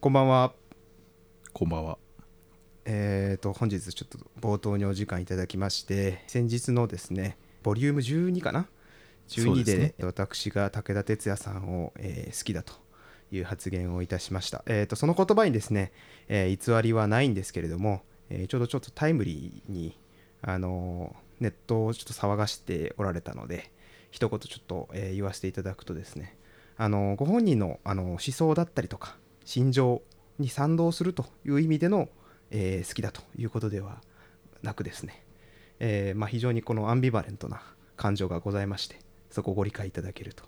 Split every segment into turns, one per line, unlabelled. こんばんは。
こんばんは。
えー、と本日ちょっと冒頭にお時間いただきまして先日のですねボリューム12かな
そう
12
で
です
ね
私が武田鉄矢さんを、えー好きだという発言をいたしました、えー、とその言葉にですね、えー偽りはないんですけれども、えーちょうどちょっとタイムリーに、あのーネットをちょっと騒がしておられたので一言ちょっと、えー言わせていただくとですねあのご本人のあの思想だったりとか心情に賛同するという意味での、えー好きだということではなくですね、えーまあ、非常にこのアンビバレントな感情がございましてそこをご理解いただけると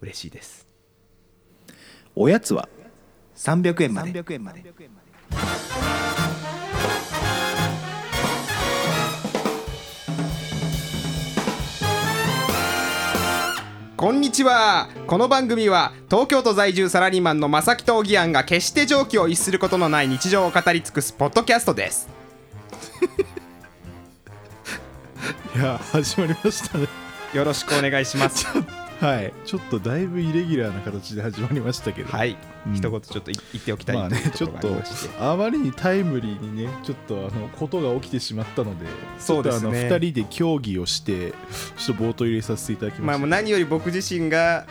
嬉しいです
おやつは
300円まで
こんにちはこの番組は東京都在住サラリーマンの正木とおぎやんが決して常軌を逸することのない日常を語り尽くすポッドキャストです
いや始まりまし たね
よろしくお願いします
はいちょっとだいぶイレギュラーな形で始まりましたけ ど
はい、
うん
一言ちょっと言っておきたい
まあね
と
ち
い
ょ
う
っ
ころ
と
がありまして
あまりにタイムリーにねちょっとあのことが起きてしまったので
そうですね
ちょっとあの2人で協議をしてちょっと冒頭入れさせていただきま
まあ
し
も
た、
う何より僕自身が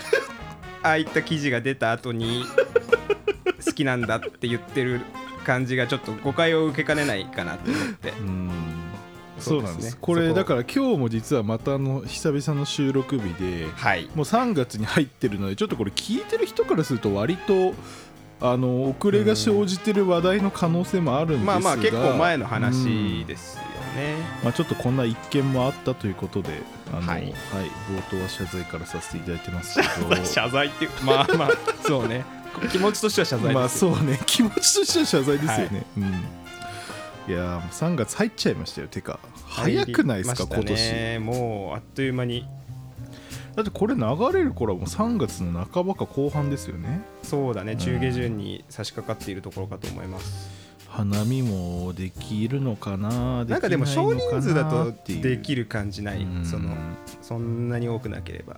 ああいった記事が出た後に好きなんだって言ってる感じがちょっと誤解を受けかねないかなと思って
うん
そ
そうう
ですね
なんですこれ
そこ
だから今日も実はまたあの久々の収録日で
はい
もう3月に入ってるのでちょっとこれ聞いてる人からすると割とあの遅れが生じてる話題の可能性もあるんですが
まあまあ結構前の話
で、
ですよね、
まあ、ちょっとこんな一件もあったということであの、
は
はいい冒頭は謝罪からさせていただいてますけど
謝罪っていうまあまあそうね気持ちとしては謝罪ですよ、
まあそうね気持ちとしては謝罪ですよね、うんいやーもう3月入っちゃいましたよてか早くないですか、
入
今
りました
年
ねもうあっという間に
だってこれ流れる頃はもう3月の半ばか後半ですよね
そうだね中下旬に差し掛かっているところかと思います、
花見もできるのかな
なんかでも
きいの
少
かな
人数だと
っていう
できる感じない
うん
そのそんなに多くなければ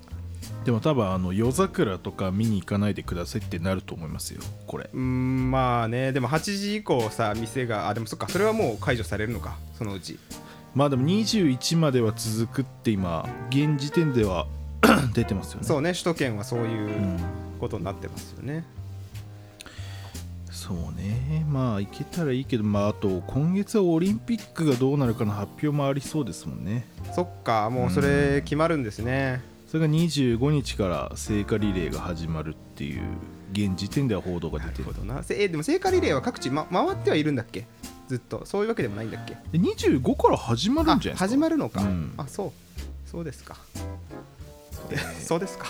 でも多分あの夜桜とか見に行かないでくださいってなると思いますよこれ
うんまあねでも8時以降さ店があでもそっかそれはもう解除されるのかそのうち
まあでも21までは続くって今現時点では 出てますよね
そうね首都圏はそういう
うん
うことになってますよね、
そうねまあ行けたらいいけどまああと今月はオリンピックがどうなるかの発表もありそうですもんね
そっかもうそれ決まるんですね、
それが25日から聖火リレーが始まるっていう現時点では報道が出
な
て
る
る
ほどなせえでも聖火リレーは各地、ま、回ってはいるんだっけずっとそういうわけでもないんだっけ
で25から始まるんじゃないですか
始まるのか、
うん
あそうそうですか そうですか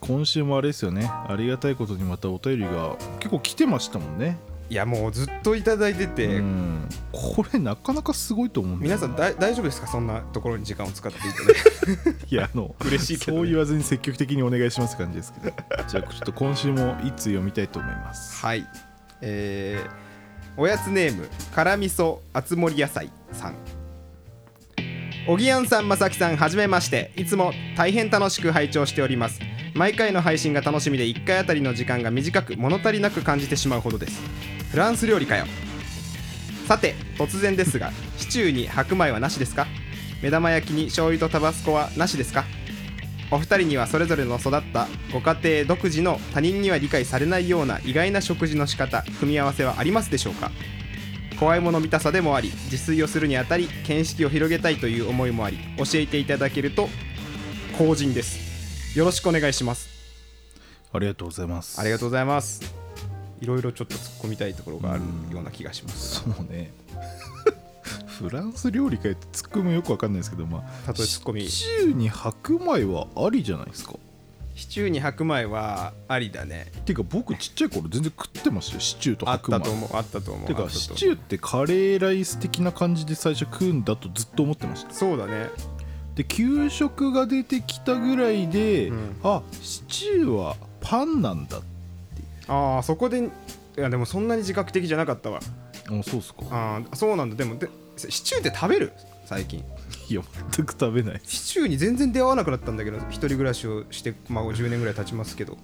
今週もあれですよねありがたいことにまたお便りが結構来てましたもんね、
いやもうずっといただいてて、
うんこれなかなかすごいと思うんだ
皆
よな
さんだい大丈夫ですかそんなところに時間を使っていただいて
いやあの
嬉しいけどね
そう言わずに積極的にお願いします感じですけどじゃあちょっと今週も一通読みたいと思います
はいえー、おやつネーム辛味噌厚盛り野菜さんおぎやんさんまさきさんはじめましていつも大変楽しく拝聴しております毎回の配信が楽しみで1回あたりの時間が短く物足りなく感じてしまうほどですフランス料理かよさて突然ですがシチューに白米はなしですか目玉焼きに醤油とタバスコはなしですかお二人にはそれぞれの育ったご家庭独自の他人には理解されないような意外な食事の仕方組み合わせはありますでしょうか怖いもの見たさでもあり自炊をするにあたり見識を広げたいという思いもあり教えていただけると好人ですよろしくお願いします
ありがとうございます
ありがとう
う
ございますいろいろちょっと突っ込みたいところがあるような気がしますが
そうね フランス料理界ってツッコミもよくわかんないですけどまあ
たとえツッコミ
シチューに白米はありじゃないですか
シチューに白米はありだね
ていうか僕ちっちゃい頃全然食ってましたよシチューと
あっ
白米
たと思うあったと思う
て
あっ
か
たと
シ
思う
チューってカレーライス的な感じで最初食うんだとずっと思ってました
そうだね
で給食が出てきたぐらいで、
うん
あシチューはパンなんだ
ああそこでいやでもそんなに自覚的じゃなかったわ
あそうっすか
あーそうなんだでもでシチューって食べる最近
いや全く食べない
シチューに全然出会わなくなったんだけど一人暮らしをして、まあ、10年ぐらい経ちますけど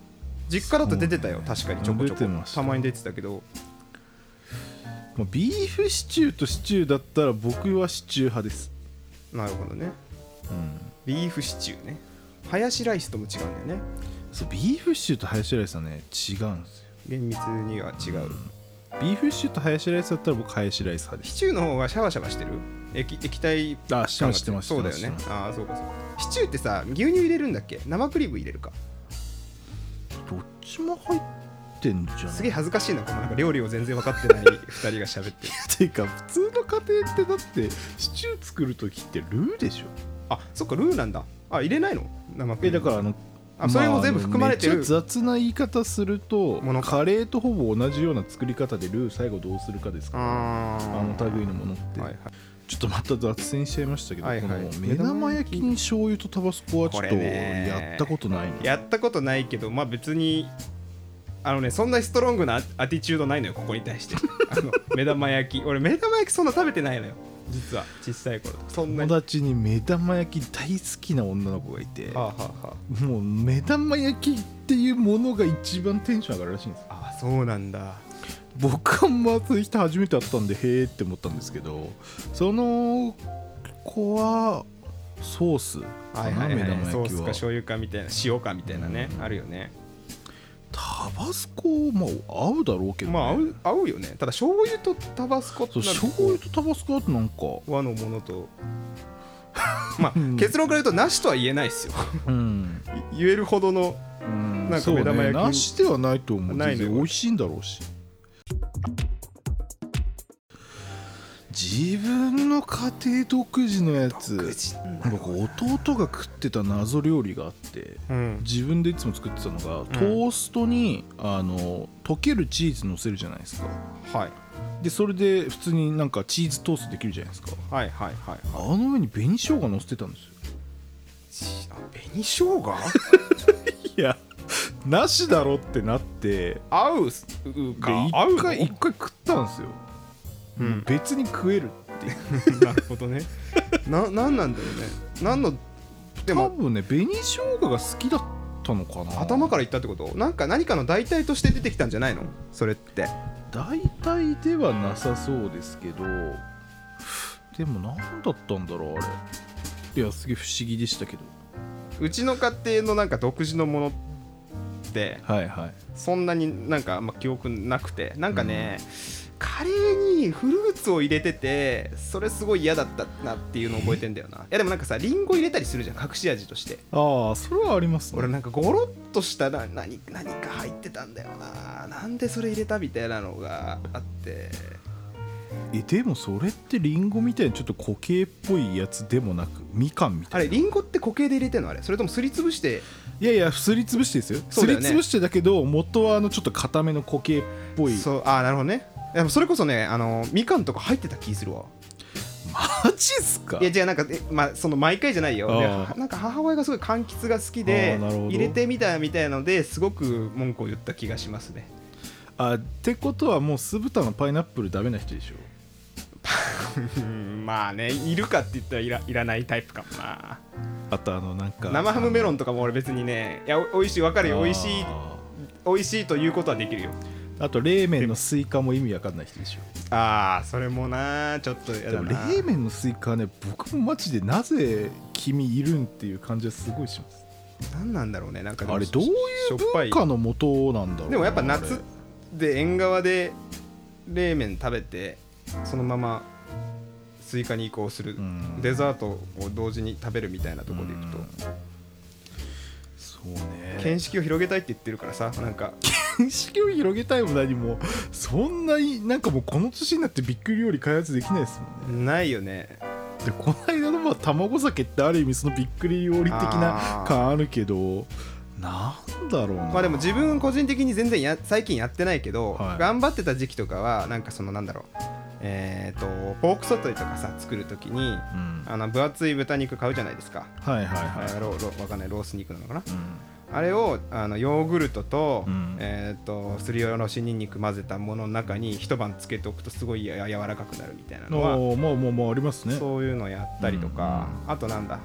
実家だと出てたよ、確かにちょこちょ
出て
こ
ました
たまに出てたけど
もうビーフシチューとシチューだったら僕はシチュー派です
なるほどね
うん
ビーフシチューねハヤシライスとも違うんだよね
そうビーフシチューとハヤシライスはね違うんですよ
厳密には違う、
ビーフシチューとハヤシライスだったら僕ハヤシライス派で
シ
す
チューの方がシャワシャワしてる液液体
あ知って
感が
ます知ってます
そうだよ
知って
ね
ます
ああそうかそうかシチューってさ牛乳入れるんだっけ生クリーム入れるか
どっちも入ってんじゃない
すげえ恥ずかしいなこのなんか料理を全然分かってない2人が喋ってる
っていうか普通の家庭ってだってシチュー作る時ってルーでしょ
あそっかルーなんだあ入れないの生クリ
え
ーム
だからあの
あそれも全部含まれてる
あのめっちゃ雑な言い方すると
ものか
カレーとほぼ同じような作り方でルー最後どうするかですから
あ
あ
ー
の類のものって、
はいはい、
ちょっとまた脱線しちゃいましたけど、
はいはい
この目玉焼きに醤油とタバスコはちょっと
これね
やったことないの
やったことないけどまあ別にあのねそんなストロングなアアティチュードないのよここに対して あの目玉焼き俺目玉焼きそんな食べてないのよ実は小さい頃そんな
友
には
達に目玉焼き大好きな女の子がいて
あ、はあは
もう目玉焼きっていうものが一番テンション上がるらしいんです
あ、あそうなんだ
僕はまずい人初めて会ったんでへえって思ったんですけどその子はソースか
はい
な
はい
目
はい
玉
ソー
焼き
スか
は
醤油かみたいな塩かみたいなね、あるよね
タバスコまあ合うだろうけど、ね、
まあ合う合うよねただ醤油とタバスコって
そう
なると
醤油とタバスコだとなんか
和のものと まあ結論から言うとなしとは言えないですよ
うん、
言えるほどの
うん
なんか
そうね
目玉焼き
なしではないと思う
ないのよ
全然美味しいんだろうし自分の家庭独自のやつ僕弟が食ってた謎料理があって
うん
自分でいつも作ってたのが、トーストにあの溶けるチーズ乗せるじゃないですか
はい
でそれで普通になんかチーズトーストできるじゃないですか
はいはいはい
あの上に紅生姜乗せてたんですよ
ちあ紅生姜
いやなしだろってなって
合うすう
で
か
一
合うの
回一回食ったんですよ、
うん
別に食えるっていう
なるほどねななんなんだろうねなんので
多
も
分ね紅生姜が好きだったのかな
頭から言ったってことなんか何かの代替として出てきたんじゃないのそれって
大体ではなさそうですけどでも何だったんだろうあれいやすげえ不思議でしたけど
うちの家庭のなんか独自のものって
はいはい
そんなになんかあんま記憶なくてなんかね、カレーにフルーツを入れててそれすごい嫌だったなっていうのを覚えてんだよないやでもなんかさリンゴ入れたりするじゃん隠し味として
ああそれはあります
俺なんかゴロッとしたな何何か入ってたんだよななんでそれ入れたみたいなのがあって
えでもそれってリンゴみたいなちょっと固形っぽいやつでもなくみかんみ
あ
たい
れ
な
リンゴって固形で入れてんのあれそれともすりつぶして
いやいやすりつぶしてですよ
そうだ
すり
よね
つぶしてだけど元はあのちょっと固めの固形っぽい
そうああなるほどねでもそれこそねあのみかんとか入ってた気するわ
マジっすか
いや違うなんかえまあその毎回じゃないよで
あー
なんか母親がすごい柑橘が好き
あー
で
なるほど
入れてみたみたいのですごく文句を言った気がしますね
あってことはもう酢豚のパイナップルダメな人でしょ
うんまあねいるかって言ったらいらいらないタイプかもな
あとあのなんか
生ハムメロ
ン
ンとかも俺別にねいやおいしいわかるよ美味しい美味しいということはできるよ
あと冷麺のスイカも意味わかんない人でしょ
ああそれもなちょっとや
で
だ
も
な
冷麺のスイカはね僕もマジでなぜ君いるんっていう感じはすごいします
何なんだろうねなんかでも
あれどうい
しょ
う
っぱ
文化のもとなんだろうな
でもやっぱ
あ
夏
れ
で縁側で冷麺食べてそのままスイカに移行する
うん
デザートを同時に食べるみたいなところでいくと
うんそうね
見識を広げたいって言ってるからさなんか
見識を広げたいも何もそんなになんかもうこの年になってびっくり料理開発できないですもんね
ないよね
でこの間のまあ卵酒ってある意味そのびっくり料理的な
あー
感あるけどなんだろうな
まあでも自分個人的に全然や最近やってないけど、
はい
頑張ってた時期とかはなんかそのなんだろうえっ、とポークソテーとかさ作る時に
うん、
あの分厚い豚肉買うじゃないですか、
はいはい
あ
はい、
ローローわかんないロース肉なのかな
うん
あれをあのヨーグルトと,、
うん
えー、とすりおろしにんにく混ぜたものの中に一晩つけておくとすごいや柔らかくなるみたいなのは
おーまあまあまあありますね
そういうのやったりとか、あとなんだ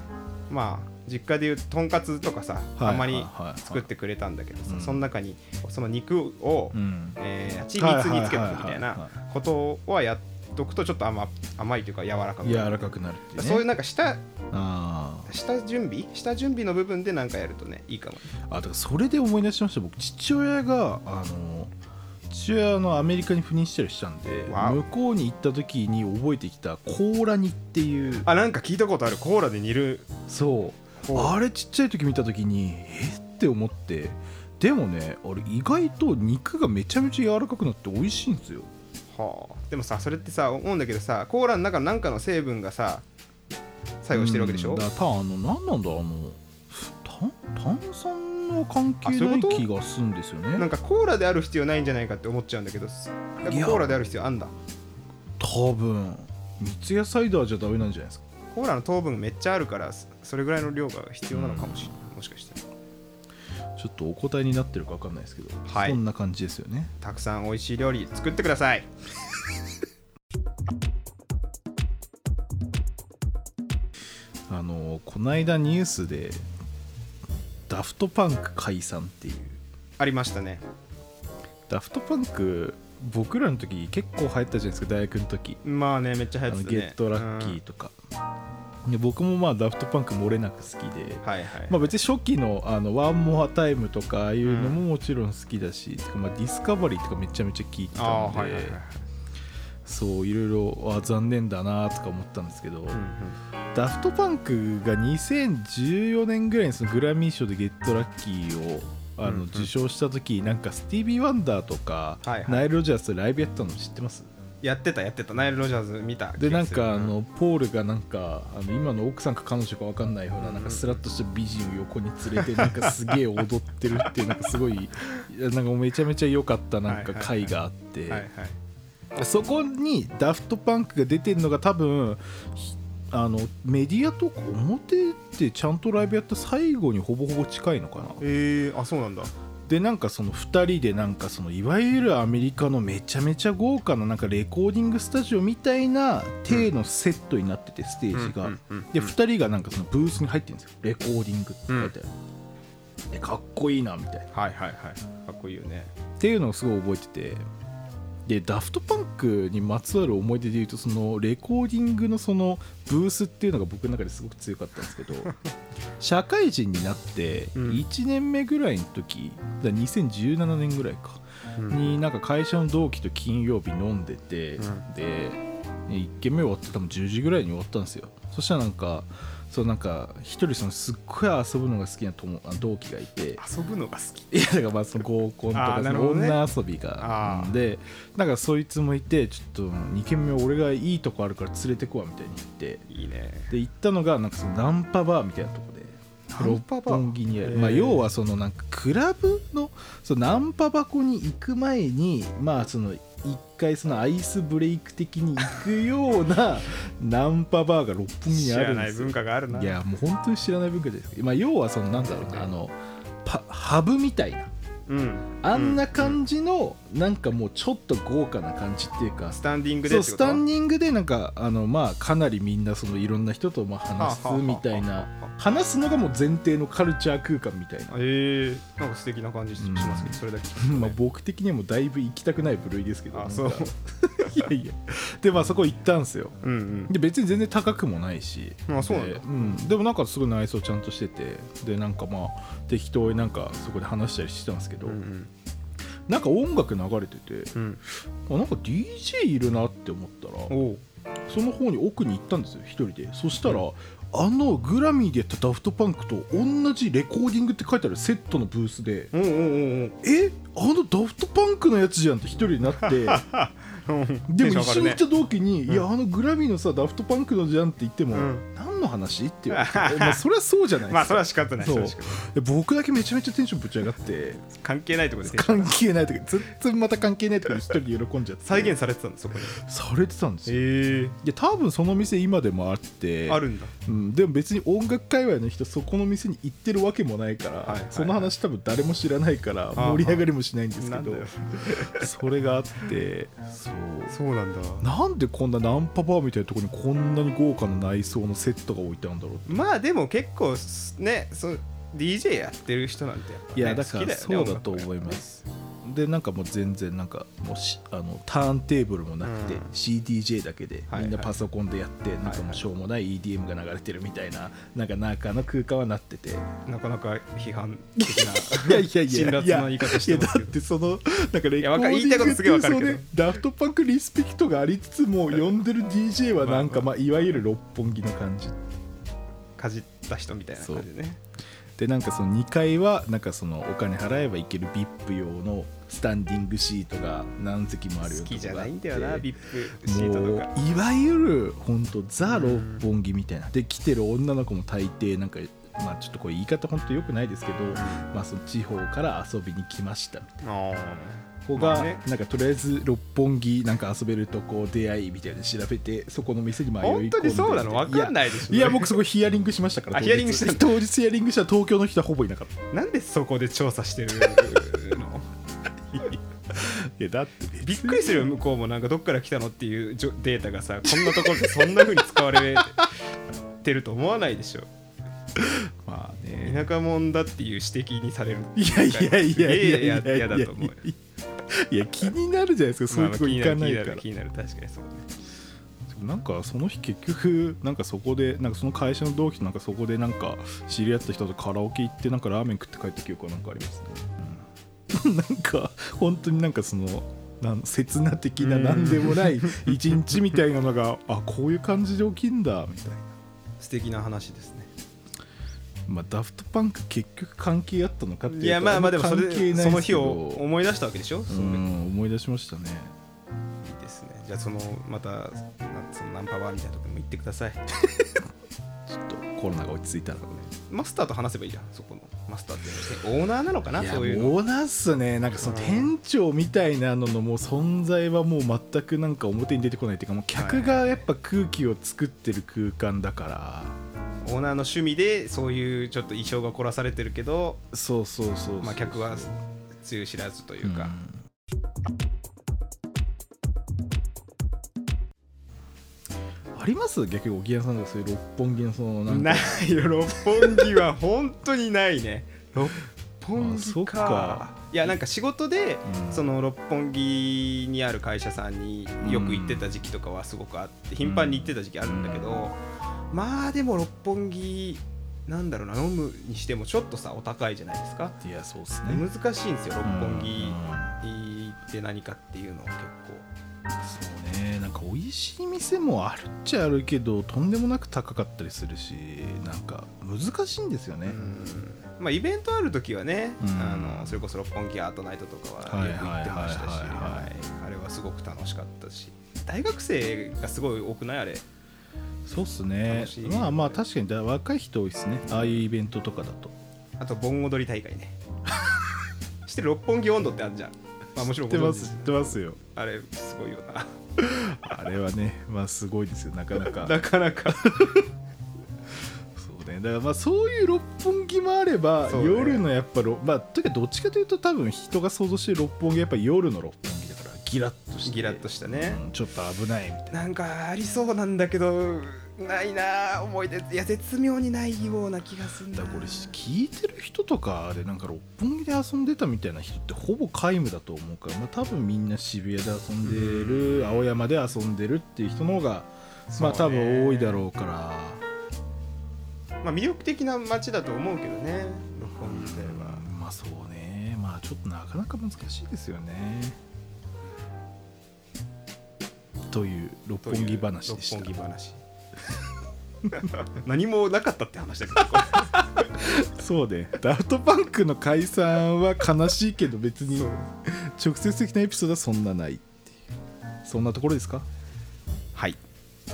まあ実家でいうととんかつとかさ、あ
はい
んま
は
り
いはいはい
作ってくれたんだけどさ、
うん
その中にその肉を、
うん
えー蜂蜜につけとくみたい
はいはい
な
はいは
ことはやっとくとちょっと甘甘いというか柔らかく
柔
なる
らかくなるっていうね
そういうなんか下
あー
下準備下準備の部分でなんかやるとねいいかも
あだからそれで思い出しました僕父親があの父親はあのアメリカに赴任したりしたんで
わお
向こうに行った時に覚えてきたコーラ煮っていう
あなんか聞いたことあるコーラで煮る
そう
ほう
あれちっちゃい時見た時にえって思ってでもねあれ意外と肉がめちゃめちゃ柔らかくなって美味しいんですよ
はあでもさそれってさ思うんだけどさコーラの中のなんかの成分がさ作用してるわけでしょ、
うんだからたあの何なんだろうあの炭炭酸の関係
あそう
ないいう
こと
気がするんですよ
なん
ね
かコーラである必要ないんじゃないかって思っちゃうんだけどすやっ
い
ぱ
や
コーラである必要あんだ
多分三ツ矢サイダーじゃダメなんじゃないですか
コーラの糖分めっちゃあるからそそれぐらいの量が必要なのかもしれない、もしかしたら
ちょっとお答えになってるか分かんないですけど、
はい
そんな感じですよね
たくさん美味しい料理作ってください
あのこないだニュースでダフトパンク解散っていう
ありましたね
ダフトパンク僕らの時結構流行ったじゃないですか大学の時
まあねめっちゃ
あ
流行
の
ってた
ゲ
ね
ットラッキーとか、で僕もまあダフトパンク漏れなく好きで、
うんはいはい、
まあ、別に初期のあの「ワンモアタイム」とかああいうのももちろん好きだし、てかまあディスカバリーとかめちゃめちゃ聞いてた
ああ
ので、
はいはいはい、
そういろいろあ残念だなとか思ったんですけど、
うん
ダフトパンクが2014年ぐらいにそのグラミー賞で「ゲットラッキーを」あ
うんう
の
ん
受賞した時、なんかスティービー・ワンダーとか、
はいはい
ナイル・ロジャースとライブやったの知ってます
やってたやってたナイル・ロジャーズ見た
で
気
な
が
ん
する
かあ
う
のポールがなんかあの今の奥さんか彼女か分かんないよう
う
なんなんかスラッとした美人を横に連れ てなんかすげえ踊ってるっていうなんかすごいいやなんかめちゃめちゃ良かったなん
はいは
か
いはい
回があっ
んはい
て
はい
そこにダフトパンクが出てるのが多分ひあのメディアとか表ってちゃんとライブやった最後にほぼほぼ近いのかな
えー、あそうなんだ
でなんかその2人でなんかそのいわゆるアメリカのめちゃめちゃ豪華ななんかレコーディングスタジオみたいな体のセットになっててステージが、
うんうんうん
で2人がなんかそのブースに入ってるんですよレコーディングって書いてある、でかっこいいなみたいなっ
はいはいはいかっこいいよね
ていうのをすごい覚えててでダフトパンクにまつわる思い出で言うとそのレコーディングのそのブースっていうのが僕の中ですごく強かったんです けど社会人になって
うん
1年目ぐらいの時、だから2017年ぐらいか
うん
になんか会社の同期と金曜日飲んでて、
うん
で1軒目終わって多分10時ぐらいに終わったんですよそしたらなんかそうなんか一人そのすっごい遊ぶのが好きな友あ同期がいて
遊ぶのが好き
いやだからまあその合コンと
あー
か
な
そ
る
の
ほどね
女遊びが
あー
うんでなんかそいつもいてちょっと2軒目俺がいいとこあるから連れてこわみたいに言って
いいね
で行ったのがなんかそのナンパバーみたいなとこで
ナンパバー
六本木にあ
へー
る、まあ、要はそのなんかクラブのそのナンパ箱に行く前にまあその一回そのアイスブレイク的に行くよう なナンパバーが六本木
知
にあ
ら
るん
な
で
い
すよ
文化があるない
やもう本当に知らない文化じゃないですか、まあ、要はそのなんだろうなあのパハブみたいな
うん
あんな感じの、なんかもうちょっと豪華な感じっていうか
スタンディングで
そ
っ
う
てこ
ス
と
タンディングでなんかあのまあかなりみんなそのいろんな人とまあ話す
はあはあはあ
みた
はあ
い
は
な話すのがもう前提のカルチャー空間みたいな、
えー、なんか素敵な感じししますけど、
うん
それだけ聞くとね、
まあ、僕的にはもうだいぶ行きたくない部類ですけ
あ
どなんか
そう
いやいやでまあそこ行ったんですよ
うんうん
で別に全然高くもないし
あそうなんだ
で,、ん、でもなんかすごい内装ちゃんとしててでなんかまあ適当になんかそこで話したりしてたんですけど、
うんうん
なんか音楽流れてて
うん
あなんか DJ いるなって思ったら
おう
その方に奥に行ったんですよ一人でそしたら、あのグラミーでやったダフトパンクと同じレコーディングって書いてあるセットのブースで
おうおうおうおう
えあのダフトパンクのやつじゃんって一人になって でも一緒に行った同期に、いやあのグラミーのさダフトパンクのじゃんって言っても、
うん
何の 話って言われてまあそれはそうじゃないですか、
まあそれは仕方ない
そう
それは仕方ない
で僕だけめちゃめちゃテンションぶち上 がって
関係ないところで
関係ないとか全然また関係ないとか一人で喜んじゃって
再現されてたんだそこに
されてたんですよ
え
で多分その店今でもあって
えあるんだ
うん、でも別に音楽界隈の人そこの店に行ってるわけもないから、
いはいはい
その話多分誰も知らないから
あ
盛り上がりもしないんですけ
なん
ど
だよ
それがあってそう
そうなんだ
なんでこんなナンパバーみたいなところにこんなに豪華な内装のセットが置いてあるんだろうって
まあでも結構すねそう DJ やってる人なんてやっぱ、ね、
いやだから
好き
そうだと
よね
思いますでなんかもう全然なんかもうしあのターンテーブルもなくて、
うん
CDJ だけで
はいはい
みんなパソコンでやって、なんかもうしょうもない EDM が流れてるみたいななんか中の空間はなってて、
なかなか批判的ない
やいやいや
辛辣な言い方してます
い
け
やだ
ど
ってそのなんかレコーディング
いやわかる言いたいことすげえわかるけど
っていうそのねダフトパンクリスペクトがありつつも呼んでる DJ はなんかまあいわゆる六本木の感じ
かじった人みたいな感じでね
でなんかその2階はなんかそのお金払えば行ける VIP 用のスタンディングシートが何席もあるよ
好
うなとこがあ
きじゃな
って
いんだよな VIP シートとか
もういわゆる本当ザ・六本木みたいなで来てる女の子も大抵なんかまあちょっとこれ言い方本当良くないですけど、まあ、その地方から遊びに来ました
あ
子
ま
が
あね
なんかとりあえず六本木なんか遊べるとこ出会いみたいなの調べてそこの店に迷い
あ
込
本
んで
当にそうなの分かん
い
ないでしょ
やいや僕そこヒアリングしましたから
あヒアリングしたんだ
当日ヒアリングしたら東京の人はほぼいなかった
なんでそこで調査してるの
いやだって別に
びっくりするよ向こうもなんかどっから来たのっていうじょデータがさこんなところでそんな風に使われてると思わないでしょ
まあね
田舎者だっていう指摘にされる
いやいやいやいやいやいやい
嫌
や
だと思うよ
いや気になるじゃないですかそういうとこ行かないか
まあま
ら
あ気になる気になる気になる確かにそうね
なんかその日結局なんかそこでなんかその会社の同期となんかそこでなんか知り合った人とカラオケ行ってなんかラーメン食って帰った記憶はなんかありますね、うん、なんか本当になんかそのなん刹那的な
うん
何でもない一日みたいなのがあこういう感じで起きんだみたいな
素敵な話ですね
まあダフトパンク結局関係あったのかっていうと
いやまあまあでもそ
関係
れ
ない
その
ですけ
日
ど
を思い出したわけでしょそうれいい
ん思い出しましたね
ですねじゃあそのまたなそのナンパバーみたいなとこにも行ってください
ちょっとコロナが落ち着いたら
マスターと話せばいいじゃんそこのマスターってオーナーなのかない
や
そういうの
オーナーっすねなんかその
うん
店長みたいなののもう存在はもう全くなんか表に出てこないっていうかもう客がやっぱ空気を作ってる空間だから、
オーナーの趣味でそういうちょっと衣装が凝らされてるけど、
そうそうそうそう
まあ、客はつゆ知らずというか、
うんあります逆におぎやさんとかそういう六本木のそのなんか
ないよ六本木は本当にない ね六本
あそっ
木か
か
いやなんか仕事で、
うん
その六本木にある会社さんによく行ってた時期とかはすごくあって頻繁に行ってた時期あるんだけど、まあでも六本木なんだろうな飲むにしてもちょっとさお高いじゃないですか
いやそうっすね
難しいんですよ六本
うん
木って何かっていうのは結構。
そうねなんか美味しい店もあるっちゃあるけどとんでもなく高かったりするしなんか難しいんですよね、
うんまあ、イベントある時はね、
うん
あのそれこそ六本木アートナイトとかはよく行ってましたし
はいはいはいはい
はいあれはすごく楽しかったし大学生がすごい多くないあれ
そうっすね
楽しい
まあまあ確かにだ若い人多いっすねああいうイベントとかだと
あと盆踊り大会 ね知ってる六本木温度ってあるじゃん、まあ、もちろん
知って
ご存
ま
知です
知ってますよ
あれすごいよな
あれはねまあすごいですよなかな か
なかなか
そうねだからまあそういう六本木もあれば、
そうね
夜のやっぱろまあというかどっちかというと多分人が想像してる六本木はやっぱ夜の六本木だからギラッとして
ギラッとしたね、
うんちょっと危ないみたいな
なんかありそうなんだけどないなあ思い出いや絶妙にないような気がするんだ
だ
な
からこれ聞いてる人とかでなんか六本木で遊んでたみたいな人ってほぼ皆無だと思うから、まあ、多分みんな渋谷で遊んでる青山で遊んでるっていう人の方が、まあ
そ
多
うね
分多いだろうから
まあ、魅力的な街だと思うけどね六本木自体は。
まあそうねまあちょっとなかなか難しいですよねという六本木話でした
六本木話 何もなかったって話だけど
そうねダフトパンクの解散は悲しいけど別に
そう
直接的なエピソードはそんなないっていうそんなところですか
はい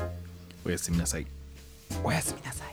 おやすみなさい
おやすみなさい